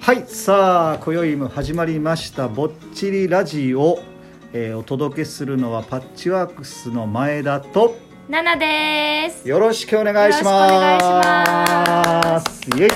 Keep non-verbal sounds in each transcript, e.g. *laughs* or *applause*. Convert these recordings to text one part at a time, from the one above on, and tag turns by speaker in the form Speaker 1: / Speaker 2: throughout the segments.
Speaker 1: はいさあ今宵も始まりました「ぼっちりラジオ」えーお届けするのはパッチワークスの前田と
Speaker 2: ナナです
Speaker 1: よろしくお願いします
Speaker 2: よろしくお願いします
Speaker 1: イエイ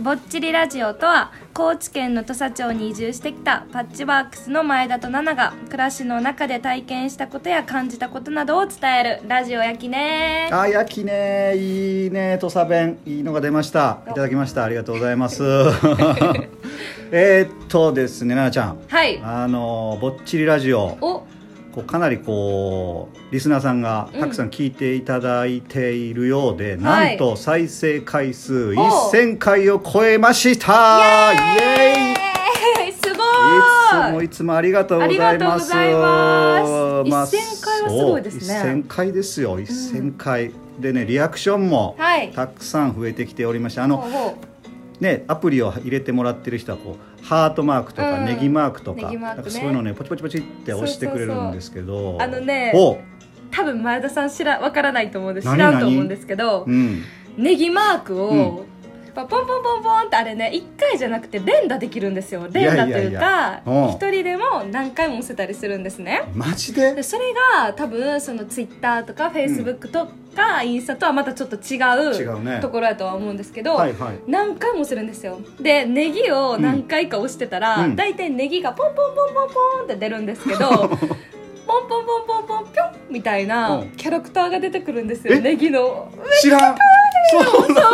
Speaker 2: ぼっちりラジオとは高知県の土佐町に移住してきたパッチワークスの前田とナナが暮らしの中で体験したことや感じたことなどを伝えるラジオやきね
Speaker 1: あやきねいいね土佐弁いいのが出ましたいただきましたありがとうございます
Speaker 2: *laughs*
Speaker 1: えーっとですねななちゃん
Speaker 2: はい
Speaker 1: あのぼっちりラジオ
Speaker 2: お
Speaker 1: こうかなりこうリスナーさんがたくさん聞いていただいているようで、
Speaker 2: はい
Speaker 1: なんと再生回数
Speaker 2: お
Speaker 1: 1000回を超えましたイエーイい
Speaker 2: イエーイすご
Speaker 1: つも
Speaker 2: ーい
Speaker 1: いつもありがとうございます
Speaker 2: ありがとうございます1000回はすごいですね
Speaker 1: そう1000回ですよ1000回、でねリアクションも
Speaker 2: はい
Speaker 1: たくさん増えてきておりましてあ
Speaker 2: おう
Speaker 1: の
Speaker 2: おう
Speaker 1: ね、アプリを入れてもらってる人はこうハートマークとか
Speaker 2: うん
Speaker 1: ネギマークとか,、
Speaker 2: ネギマーク
Speaker 1: な
Speaker 2: ね
Speaker 1: んかそういうのねポチポチポチって押してくれるんですけど
Speaker 2: そうそうそうあのね
Speaker 1: お
Speaker 2: 多分前田さん知らわからないと思うんです知
Speaker 1: 何
Speaker 2: らんと
Speaker 1: 何
Speaker 2: 思うんですけど
Speaker 1: うん、
Speaker 2: ネギマークを、
Speaker 1: うん
Speaker 2: ポンポンポンポンってあれね1回じゃなくて連打できるんですよ連打と
Speaker 1: いやいやい
Speaker 2: いう
Speaker 1: や
Speaker 2: か
Speaker 1: うん
Speaker 2: 一人でも何回も押せたりするんですね
Speaker 1: マジ
Speaker 2: で
Speaker 1: で
Speaker 2: それが多分そのツイッターとかフェイスブックとか、インスタとはまたちょっと違
Speaker 1: 違うね
Speaker 2: うところやとは思うんですけど、
Speaker 1: はいはい
Speaker 2: 何回も押せるんですよでネギを何回か押してたら、
Speaker 1: うん
Speaker 2: 大体ネギがポンポンポンポンポンって出るんですけどポンポンポンポンポンピョンみたいうなんキャラクターが出てくるんです
Speaker 1: え
Speaker 2: よネギの
Speaker 1: 知らんそう
Speaker 2: そうめっちゃ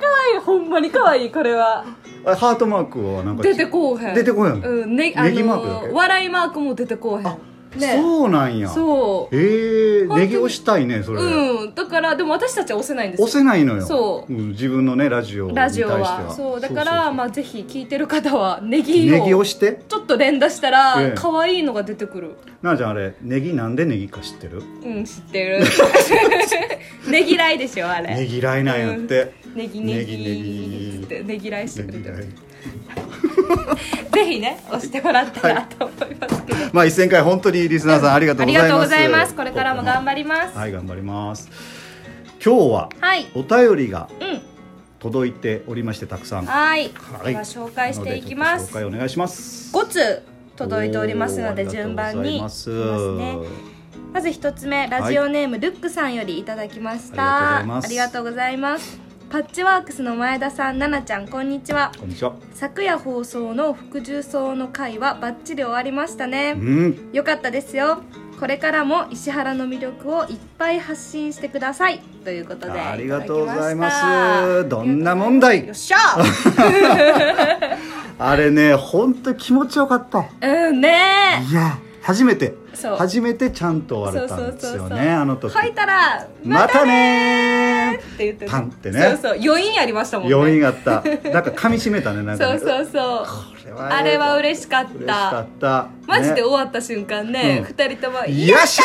Speaker 2: 可愛いほんまに可愛いこれは
Speaker 1: あハートマークはなんか
Speaker 2: 出てこうへん
Speaker 1: 出てこうへん
Speaker 2: うんねあ
Speaker 1: ネギマークだけ
Speaker 2: の笑いマークも出てこうへん
Speaker 1: あ
Speaker 2: ね
Speaker 1: そうなんや
Speaker 2: そう
Speaker 1: ええ
Speaker 2: 本当に
Speaker 1: ネギ押したいねそれ、
Speaker 2: うんだからでも私たちは押せないんですよ
Speaker 1: 押せないのよ
Speaker 2: そう、
Speaker 1: ん自分のねラジオに
Speaker 2: ラ
Speaker 1: 対して
Speaker 2: ジオ
Speaker 1: は
Speaker 2: はそうだから
Speaker 1: そうそうそう
Speaker 2: まあぜひ聞いてる方はネギ
Speaker 1: ネギ
Speaker 2: を
Speaker 1: 押して
Speaker 2: ちょっと連打した
Speaker 1: ええ
Speaker 2: ら可愛いのが出てくる、
Speaker 1: なあちゃんあれネギなんでネギか知ってる
Speaker 2: うん知っ
Speaker 1: *laughs*
Speaker 2: てるねぎらいでしょあれ
Speaker 1: ネギ嫌いなんやって、
Speaker 2: ネギ
Speaker 1: ネ
Speaker 2: ネギ
Speaker 1: ギネギ
Speaker 2: つってねぎらいしてく
Speaker 1: ネ
Speaker 2: れ
Speaker 1: ギ
Speaker 2: て
Speaker 1: 嫌い
Speaker 2: るぜひね押してもらったらと思いますけど、
Speaker 1: まあ1000回本当にリスナーさんありがと
Speaker 2: あ
Speaker 1: うご
Speaker 2: り
Speaker 1: ざいます
Speaker 2: がとうございますこれからも頑張ります
Speaker 1: は
Speaker 2: はい、
Speaker 1: い頑張ります今日はお便りが
Speaker 2: うん
Speaker 1: 届いておりましてたくさん
Speaker 2: はい
Speaker 1: はい
Speaker 2: では紹介していきま
Speaker 1: 紹
Speaker 2: す
Speaker 1: 介お願いします
Speaker 2: 5通届いておりますので順番にいきますねまず一つ目ラジオネーム、ルックさんよりいただきました
Speaker 1: あり
Speaker 2: り
Speaker 1: が
Speaker 2: がとうございますパッチワークスの前田さん奈々ちゃんこんにちは
Speaker 1: こんにちは
Speaker 2: 昨夜放送の副重奏の回はバッチリ終わりました
Speaker 1: う
Speaker 2: ね
Speaker 1: ん
Speaker 2: よかったですよこれからも石原の魅力をいっぱい発信してくださいということで
Speaker 1: あり
Speaker 2: いた
Speaker 1: が
Speaker 2: だき
Speaker 1: と
Speaker 2: ま
Speaker 1: う
Speaker 2: し
Speaker 1: ご
Speaker 2: た
Speaker 1: ざいますどんな問題
Speaker 2: よっしゃ
Speaker 1: あれね本当気持ちよかった
Speaker 2: うんね
Speaker 1: いや初めて
Speaker 2: そう
Speaker 1: 初めてちゃんと終
Speaker 2: そ
Speaker 1: われ
Speaker 2: うそ
Speaker 1: たん
Speaker 2: う
Speaker 1: で
Speaker 2: そ
Speaker 1: す
Speaker 2: うそ
Speaker 1: よ
Speaker 2: う
Speaker 1: ねあの時
Speaker 2: 書いたら
Speaker 1: また
Speaker 2: ね
Speaker 1: ね
Speaker 2: って言ってた
Speaker 1: パンってね
Speaker 2: そうそう余韻ありましたもんね
Speaker 1: 余韻あったなんか噛み締めたねなんか
Speaker 2: そ
Speaker 1: ね
Speaker 2: うそうそう
Speaker 1: これは
Speaker 2: あれは嬉しかっ
Speaker 1: 嬉しか
Speaker 2: た
Speaker 1: った
Speaker 2: マジで終
Speaker 1: ね
Speaker 2: わった瞬間ね、
Speaker 1: うん
Speaker 2: 二人とも「い
Speaker 1: よっし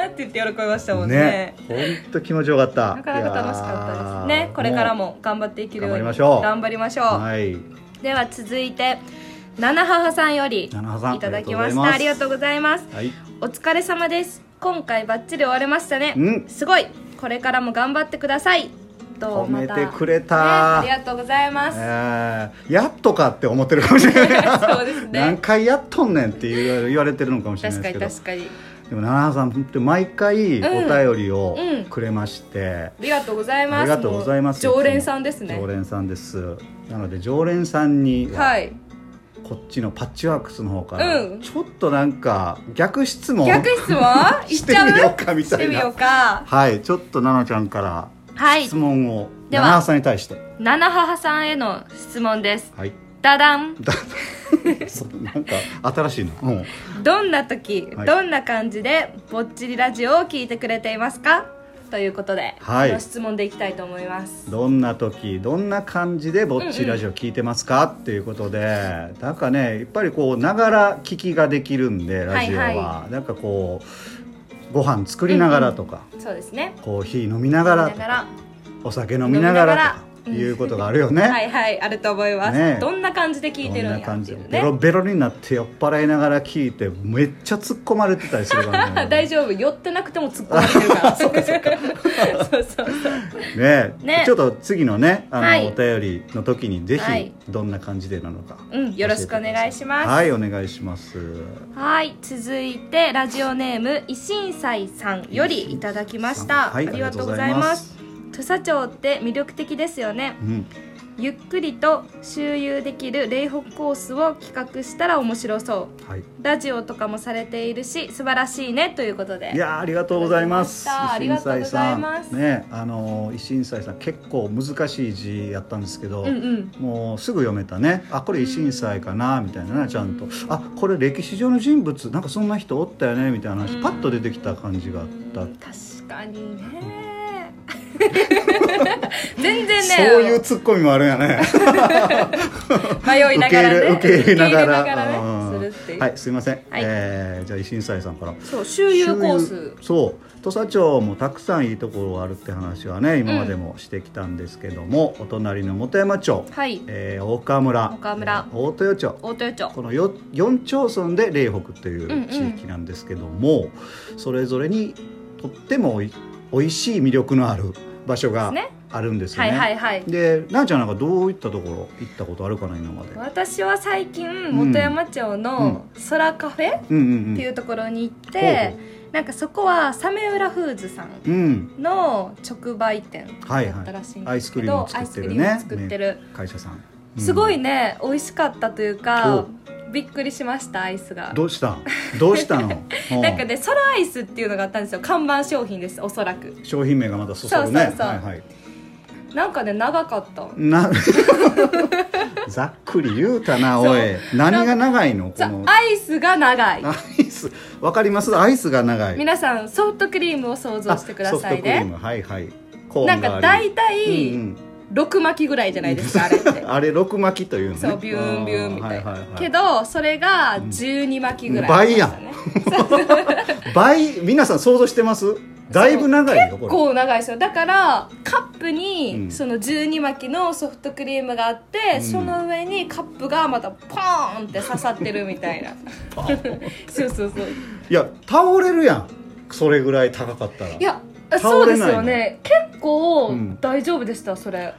Speaker 2: や!」って言って喜びました
Speaker 1: ゃ
Speaker 2: も
Speaker 1: ー
Speaker 2: んね
Speaker 1: ね本当気持ちよかった
Speaker 2: なかなか楽しかったで
Speaker 1: い
Speaker 2: す
Speaker 1: や
Speaker 2: ね
Speaker 1: ー
Speaker 2: これからも頑張っていけるように
Speaker 1: 頑張りましょう
Speaker 2: 頑張りましょう、
Speaker 1: はい
Speaker 2: では続いて七母さんより
Speaker 1: 七母さん
Speaker 2: いただきまし
Speaker 1: あ
Speaker 2: たあ
Speaker 1: り
Speaker 2: り
Speaker 1: が
Speaker 2: が
Speaker 1: と
Speaker 2: とうございます
Speaker 1: はい
Speaker 2: お疲れ様です今回バッチリ終われましたね、
Speaker 1: うん
Speaker 2: すごいこれからも頑張ってくださいと
Speaker 1: 褒めてく
Speaker 2: ま
Speaker 1: れ
Speaker 2: ね
Speaker 1: た
Speaker 2: ありがとうございます、
Speaker 1: えーやっとかって思ってるかもしれない
Speaker 2: *laughs* そうです
Speaker 1: 何
Speaker 2: ね
Speaker 1: 回やっとんねんって言われ言われてるのかもしれな
Speaker 2: 確
Speaker 1: い
Speaker 2: か
Speaker 1: です
Speaker 2: に
Speaker 1: けど
Speaker 2: 確かに
Speaker 1: でも奈々さん本当に毎回お便りを
Speaker 2: うん
Speaker 1: くれまして、
Speaker 2: ありがとうございます
Speaker 1: ありがとうございます
Speaker 2: もう常連さんですね
Speaker 1: 常連さんですなので常連さんには
Speaker 2: はい
Speaker 1: こっちのパッチワークスの方から、
Speaker 2: うん
Speaker 1: ちょっとなんか逆質問
Speaker 2: 逆質問いっ
Speaker 1: *laughs* して
Speaker 2: ちゃう
Speaker 1: みようかみたいな
Speaker 2: してみようか
Speaker 1: はいちょっと奈々ちゃんから
Speaker 2: はい
Speaker 1: 質問を、
Speaker 2: では
Speaker 1: 奈々さんに対して
Speaker 2: 七母さんへの質問です
Speaker 1: はい *laughs*
Speaker 2: ダダン
Speaker 1: そうなんか新しいな、うん、
Speaker 2: どんな時、
Speaker 1: はい
Speaker 2: どんな感じでぼっちりラジオを聞いてくれていますかということで、
Speaker 1: はい
Speaker 2: この質問でいきたいと思います
Speaker 1: どんな時どんな感じでぼっちラジオ聞いてますか、っていうことでなんかねやっぱりこうながら聞きができるんでラジオは、
Speaker 2: はいは
Speaker 1: なんかこうご飯作りながらとか、
Speaker 2: そうですね
Speaker 1: コーヒー飲みながら
Speaker 2: 飲
Speaker 1: と
Speaker 2: み
Speaker 1: か
Speaker 2: ながら
Speaker 1: お酒飲みながらとかいうことがあるよね。
Speaker 2: はいはいあると思います、
Speaker 1: ねえ
Speaker 2: どんな感じで聞いてるんや
Speaker 1: こな感
Speaker 2: っ
Speaker 1: じ
Speaker 2: て
Speaker 1: で
Speaker 2: いう
Speaker 1: ベ
Speaker 2: ね
Speaker 1: ロベロになって酔っ払いながら聞いてめっちゃ突っ込まれてたりするからね
Speaker 2: *laughs* 大丈夫寄ってなくても突っ込まれてるから *laughs* そうそうそう
Speaker 1: ね
Speaker 2: ね
Speaker 1: ちょっと次のねあの、
Speaker 2: はい
Speaker 1: お便りの時にぜ
Speaker 2: はい
Speaker 1: ひどんな感じでなのか、
Speaker 2: うんよろしくお願いします
Speaker 1: はいお願いします
Speaker 2: はい続いてラジオネーム維新斎さんよりいただきました、
Speaker 1: はい
Speaker 2: ありがとうございます
Speaker 1: あ
Speaker 2: 土佐町って魅力的ですよね
Speaker 1: うん
Speaker 2: ゆっくりと周遊できる霊北コースを企画したら面白そう
Speaker 1: はい
Speaker 2: ラジオとかもされているし素晴らしいねということで
Speaker 1: いやーありがとうございます。
Speaker 2: ありがとうございま
Speaker 1: 維新斎
Speaker 2: す
Speaker 1: さんね、あの維新斎さん結構難しい字やったんですけど、
Speaker 2: うんうん
Speaker 1: もうすぐ読めたね。あこれ維新斎かなみたいなねちゃんと。あこれ歴史上の人物なんかそんな人おったよねみたいな話、
Speaker 2: うん
Speaker 1: パッと出てきた感じがあった。
Speaker 2: 確かにね *laughs* 全然ね
Speaker 1: そういうツッコミもあるんや
Speaker 2: *laughs*
Speaker 1: ね。
Speaker 2: 迷いながらね
Speaker 1: 受け入れ受け入れながら
Speaker 2: 受け入れながらね
Speaker 1: うん
Speaker 2: するっていう、
Speaker 1: はいすいません。
Speaker 2: はい
Speaker 1: えーじゃあ維新斎さんから。
Speaker 2: そう周遊コース
Speaker 1: そう土佐町もたくさんいいところがあるって話はね今までもしてきたんですけども、お隣の本山町、
Speaker 2: はい
Speaker 1: えー大川村
Speaker 2: 大川村
Speaker 1: えー大豊町
Speaker 2: 大豊町
Speaker 1: この 4, 4町村で霊北とい
Speaker 2: んうん
Speaker 1: う地域なんですけども、それぞれにとってもおいおいしい魅力のある場所が
Speaker 2: ね
Speaker 1: あるんですよ
Speaker 2: は
Speaker 1: ね。
Speaker 2: いはいはい
Speaker 1: でなあちゃんなんかどういったところ行ったことあるかな今まで。
Speaker 2: 私は最近
Speaker 1: ん
Speaker 2: 本山町の空カフェっ
Speaker 1: うんうん
Speaker 2: ていううところに行って、なんかそこはサメウラフーズさん
Speaker 1: ん。うん
Speaker 2: の直売店だ
Speaker 1: はいはい
Speaker 2: ったらしいん
Speaker 1: ア
Speaker 2: で
Speaker 1: イ
Speaker 2: す
Speaker 1: スク
Speaker 2: け
Speaker 1: リーム
Speaker 2: ど、
Speaker 1: を作ってる
Speaker 2: アイ
Speaker 1: ね
Speaker 2: スクリームを作ってる、
Speaker 1: 会社さん。うん
Speaker 2: すごいね美味しかったというか
Speaker 1: お
Speaker 2: びっくりしましたアイスが
Speaker 1: どうしたんどうしたのうん
Speaker 2: *laughs* なんかね空アイスっていうのがあったんですよ看板商品ですおそらく
Speaker 1: 商品名がまたそそるね
Speaker 2: そうそうそう
Speaker 1: はいはい
Speaker 2: なんかね長かった
Speaker 1: な *laughs* ざっくり言うたなおい何が長いのこ
Speaker 2: さ
Speaker 1: の
Speaker 2: アイスが長い
Speaker 1: アイスわかりますアイスが長い
Speaker 2: 皆さんソフトクリームを想像してくださ
Speaker 1: あソフ
Speaker 2: い
Speaker 1: トクリー
Speaker 2: ね
Speaker 1: ムはいはいコ
Speaker 2: な
Speaker 1: ーン
Speaker 2: ん
Speaker 1: が
Speaker 2: か
Speaker 1: あり
Speaker 2: 大体
Speaker 1: うん
Speaker 2: 6巻きぐらいじゃないですかあれっ
Speaker 1: う
Speaker 2: て
Speaker 1: んあれ6巻きというのね
Speaker 2: そうビューンビューンみたい
Speaker 1: あーはは
Speaker 2: な
Speaker 1: は
Speaker 2: けどそれが12巻きぐらい
Speaker 1: 倍やん
Speaker 2: ね
Speaker 1: 倍皆さん想像してますだいぶ長いよこれ
Speaker 2: こう長いですよだからカップ
Speaker 1: う
Speaker 2: に
Speaker 1: ん
Speaker 2: その12巻きのソフトクリームがあって、
Speaker 1: うん
Speaker 2: その上にカップがまたポーンって刺さってるみた
Speaker 1: *laughs*
Speaker 2: いなそうそうそう
Speaker 1: いや倒れるやんそれぐらい高かったら
Speaker 2: いやそ
Speaker 1: 倒
Speaker 2: うで
Speaker 1: れ
Speaker 2: す
Speaker 1: ないの
Speaker 2: よね結構
Speaker 1: うん
Speaker 2: 大丈夫でしたそれ、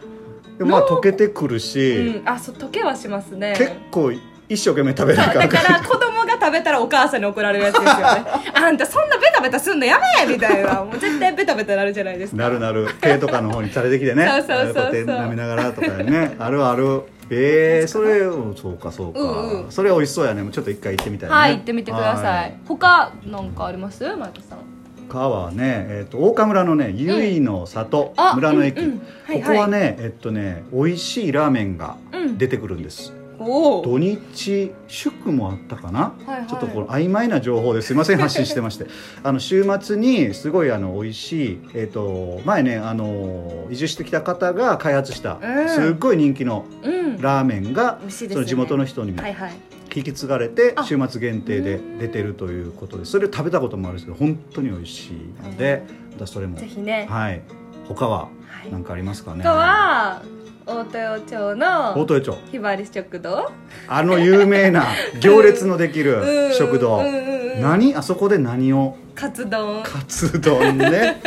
Speaker 1: でまあ溶けてくるし、
Speaker 2: うん、あそう溶けはしますね
Speaker 1: 結構一生懸命食べない
Speaker 2: そう
Speaker 1: から
Speaker 2: だから子供が食べたらお母さんに怒られるやつですよね
Speaker 1: *laughs*
Speaker 2: あんたそんなベタベタすんのやめえみたいなもう絶対ベタベタなるじゃないですか
Speaker 1: なるなる手とかの方に垂れてきてね
Speaker 2: そうそうそうそう
Speaker 1: あれこ手舐めながらとかねあるあるえー、それそうかそうか、
Speaker 2: うんうん
Speaker 1: それ美味しそうやねちょっと一回行ってみたいね
Speaker 2: はい行ってみてくださ
Speaker 1: はい
Speaker 2: 他なんかありますマイクさん
Speaker 1: 他はね、えー、と大川村のね由比の里、
Speaker 2: あ
Speaker 1: 村の駅、
Speaker 2: うんうんはいはい
Speaker 1: ここはねえっとね美味しいラーメンが
Speaker 2: うん
Speaker 1: 出てくるんです、
Speaker 2: おお
Speaker 1: 土日祝もあったかな、
Speaker 2: はいはい
Speaker 1: ちょっとこの曖昧な情報ですいま
Speaker 2: *laughs*
Speaker 1: せん発信してましてあの週末にすごいあの美味しい、えっと前ねあの移住してきた方が開発した、
Speaker 2: うん
Speaker 1: すっごい人気の
Speaker 2: うん
Speaker 1: ラーメンが、
Speaker 2: 美味しいです
Speaker 1: その
Speaker 2: よね
Speaker 1: 地元の人にも
Speaker 2: はいはい
Speaker 1: 引き継がれて、
Speaker 2: あ
Speaker 1: 週末限定で出てるということでそれ食べたこともあるんですけど本当に美味しいので、またそれも
Speaker 2: ぜひね
Speaker 1: はい他は
Speaker 2: はい
Speaker 1: 何かありますかね
Speaker 2: 他は大豊
Speaker 1: 大
Speaker 2: 町の
Speaker 1: 豊町
Speaker 2: ひばり食堂
Speaker 1: あの有名な行列のでき
Speaker 2: *laughs*
Speaker 1: る食堂、
Speaker 2: うんうんうんうん
Speaker 1: 何あそこで何を
Speaker 2: カツ丼
Speaker 1: カツ丼
Speaker 2: *laughs*
Speaker 1: ね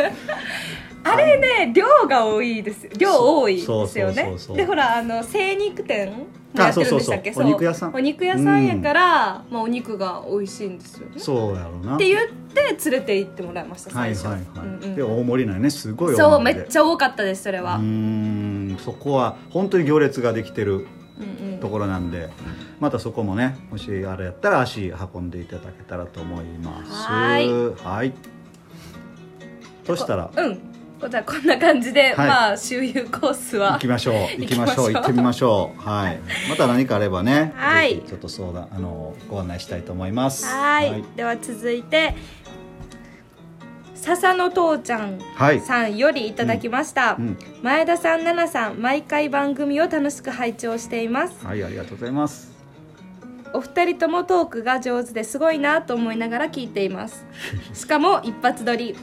Speaker 2: あれね量が多いです量多い
Speaker 1: そう
Speaker 2: ですよ
Speaker 1: そう
Speaker 2: ね
Speaker 1: そうそう
Speaker 2: でほらあの精肉店もやってるんでしたっけ
Speaker 1: あそうそうそうお肉屋さん
Speaker 2: お肉屋さんやから、まあ、お肉が美味しいんですよね
Speaker 1: そうやろうな
Speaker 2: って言って連れて行ってもらいました
Speaker 1: は
Speaker 2: 最
Speaker 1: い
Speaker 2: 初、
Speaker 1: はいはい、
Speaker 2: うん
Speaker 1: で
Speaker 2: うん
Speaker 1: 大盛りなんやねすごい大盛り
Speaker 2: そうめっち
Speaker 1: ゃ
Speaker 2: ゃ多かったですそれは、
Speaker 1: う
Speaker 2: う
Speaker 1: ー
Speaker 2: ん
Speaker 1: んそこは本当に行列ができてる
Speaker 2: うん
Speaker 1: ところなんで、またそこもねもしあれやったら足運んでいただけたらと思います
Speaker 2: はい
Speaker 1: はいそしたら
Speaker 2: うんこじゃあこんな感じ
Speaker 1: は
Speaker 2: で、
Speaker 1: い
Speaker 2: まあ周遊コースは
Speaker 1: 行きましょう *laughs* 行きましょう
Speaker 2: 行きましょう
Speaker 1: 行ってみましょうはいまた何かあればね、
Speaker 2: は
Speaker 1: ぜ
Speaker 2: い
Speaker 1: ひちょっと相談あのご案内したいと思います
Speaker 2: はい
Speaker 1: はい、
Speaker 2: では続いて笹野父ちゃん
Speaker 1: はい
Speaker 2: さんよりいただきました、
Speaker 1: うんうん
Speaker 2: 前田さん奈々さん毎回番組を楽しく拝聴しています
Speaker 1: はい、ありがとうございます
Speaker 2: お二人ともトークが上手ですごいなと思いながら聞いています
Speaker 1: *laughs*
Speaker 2: しかも一発撮り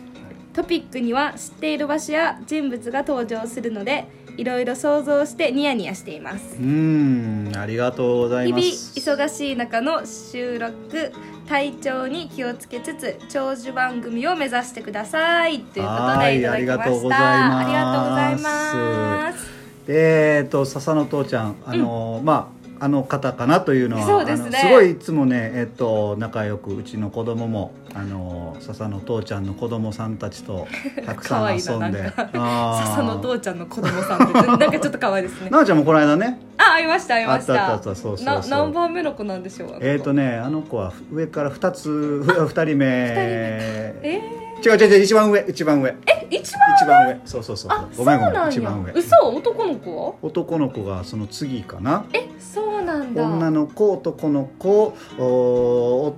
Speaker 2: トピックには知っている場所や人物が登場するのでいろいろ想像してニヤニヤしています
Speaker 1: うんありがとうござい
Speaker 2: 日
Speaker 1: ま
Speaker 2: 々
Speaker 1: す
Speaker 2: 忙しい中の収録体調に気をつけつつ長寿番組を目指してくださいということ
Speaker 1: は
Speaker 2: で
Speaker 1: い
Speaker 2: いただ
Speaker 1: あ
Speaker 2: きま
Speaker 1: りがとうご
Speaker 2: し
Speaker 1: ざいます
Speaker 2: たありがとうございます
Speaker 1: えー、と笹野父ちゃんあの、まああの方かなというのは
Speaker 2: そうですね
Speaker 1: あのすごいいつもね、えっと仲良くうちの子供もあの笹野父ちゃんの子供さんたち
Speaker 2: *laughs*
Speaker 1: とたく
Speaker 2: 可
Speaker 1: さん
Speaker 2: 愛い
Speaker 1: 遊
Speaker 2: なんなん
Speaker 1: で
Speaker 2: か
Speaker 1: あー
Speaker 2: *laughs* 笹野父ちゃんの子供さん
Speaker 1: *laughs*
Speaker 2: ってなんかちょっと可愛いですね
Speaker 1: 奈々ちゃんもこの間ね
Speaker 2: あ会いました会いま
Speaker 1: あ
Speaker 2: し
Speaker 1: った
Speaker 2: た
Speaker 1: あったあったそうそうそう
Speaker 2: な何番目の子なんでしょうあの子
Speaker 1: えー、とねあの子は上から2つ2人目
Speaker 2: え
Speaker 1: 違う違う違う一番上一番上
Speaker 2: ー、え一番
Speaker 1: 一番上そうそうそう
Speaker 2: あ
Speaker 1: ごめんご
Speaker 2: そう
Speaker 1: め
Speaker 2: なんん
Speaker 1: 一番上
Speaker 2: や嘘男の子は
Speaker 1: 男の子がその次かな
Speaker 2: えそうなんだ
Speaker 1: 女の子男の子お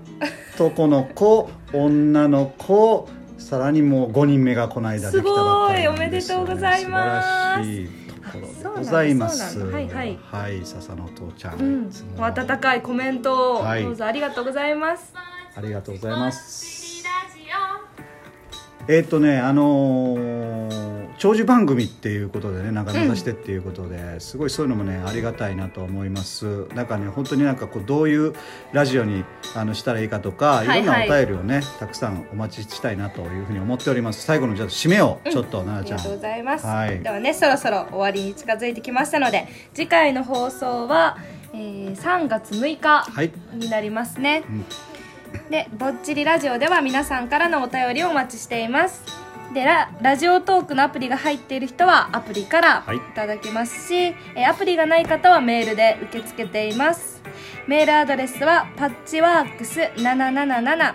Speaker 1: 男の
Speaker 2: *laughs*
Speaker 1: 子女の子さらにもう5人目がこの間できたばっかりなんですよね
Speaker 2: すごいおめでとうございます
Speaker 1: 素晴らしいところでございます
Speaker 2: そうなんだそうなんだはい
Speaker 1: はい笹野父ちゃん、
Speaker 2: うん
Speaker 1: いつ、も
Speaker 2: お温かいコメントを
Speaker 1: はい
Speaker 2: どうぞありがとうございます。
Speaker 1: ありがとうございますえーっとねあのー長寿番組っていうことでねなんか目指してっていうことで、すごいそういうのもねありがたいなと思いますなんかね本当になんかこうどういうラジオにあのしたらいいかとか、
Speaker 2: い
Speaker 1: い
Speaker 2: はい
Speaker 1: ろんなお便りをねたくさんお待ちしたいなというふうに思っております最後のじゃあ締めをちょっと、
Speaker 2: あ
Speaker 1: 奈
Speaker 2: り
Speaker 1: 々
Speaker 2: がとう
Speaker 1: ちゃ
Speaker 2: ご
Speaker 1: ん
Speaker 2: ざいます。
Speaker 1: はい
Speaker 2: ではね、そろそろ終わりに近づいてきましたので、次回の放送は、えー3月6日
Speaker 1: はい
Speaker 2: になりますね。
Speaker 1: ん
Speaker 2: で、ぼっちりラジオでは皆さんからのお便りをお待ちしています。でララジオトークのアプリが入っている人はアプリから
Speaker 1: はい
Speaker 2: いただけますし、えーアプリがない方はメールで受け付けていますメールアドレスはパッチワークス777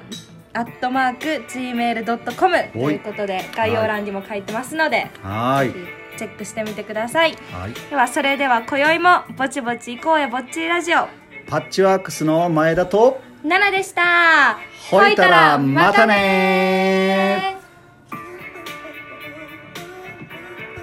Speaker 2: アットマーク Gmail.com ということで概要欄にも書いてますので、
Speaker 1: はーい
Speaker 2: チェックしてみてください
Speaker 1: はい
Speaker 2: ではそれでは今宵もぼちぼち行こうよぼっちりラジオ
Speaker 1: パッチワークスの前田と
Speaker 2: 7でした
Speaker 1: ほいたらまた
Speaker 2: ほいたらま
Speaker 1: ね
Speaker 2: たね